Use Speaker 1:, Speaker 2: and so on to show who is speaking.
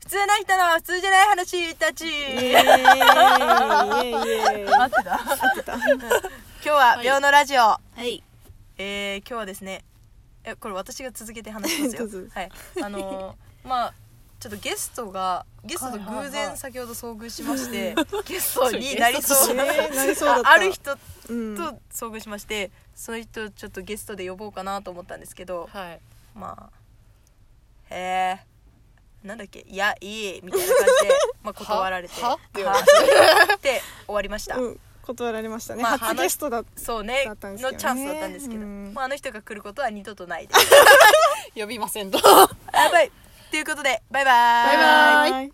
Speaker 1: 普通な人の普通じゃない話たち
Speaker 2: イエーイイエーイイエーイ
Speaker 1: 合ってた今日は秒のラジオ、
Speaker 2: はい
Speaker 1: えー、今日はですねえこれ私が続けて話します
Speaker 2: ど
Speaker 1: よ
Speaker 2: うぞ
Speaker 1: はいあのー、まあちょっとゲストがゲストと
Speaker 2: はい
Speaker 1: 偶
Speaker 2: はいは
Speaker 1: 然
Speaker 2: い
Speaker 1: 先ほど遭遇しまして、 ゲストになりそ
Speaker 2: そ
Speaker 1: う
Speaker 2: うゲストとしてねなりそうだった
Speaker 1: あある人と
Speaker 2: うん
Speaker 1: 遭遇しまして、その人をちょっとゲストで呼ぼうかなと思ったんですけど、
Speaker 3: はい
Speaker 1: まあへえなんだっけいやいいみたいな感じで、まあ、断られて
Speaker 3: ははって言われ
Speaker 1: は って終わりました、
Speaker 2: うん断られましたね
Speaker 1: まあ
Speaker 2: 初ゲストだっ
Speaker 1: そうね
Speaker 2: だったんですけど
Speaker 1: の
Speaker 2: ね
Speaker 1: チャンスだったんですけど、
Speaker 2: うん
Speaker 1: まあ、あの人が来ることは二度とないです
Speaker 3: 呼びませんと
Speaker 1: やばいということでバイバーイ
Speaker 3: バイバーイ
Speaker 2: イ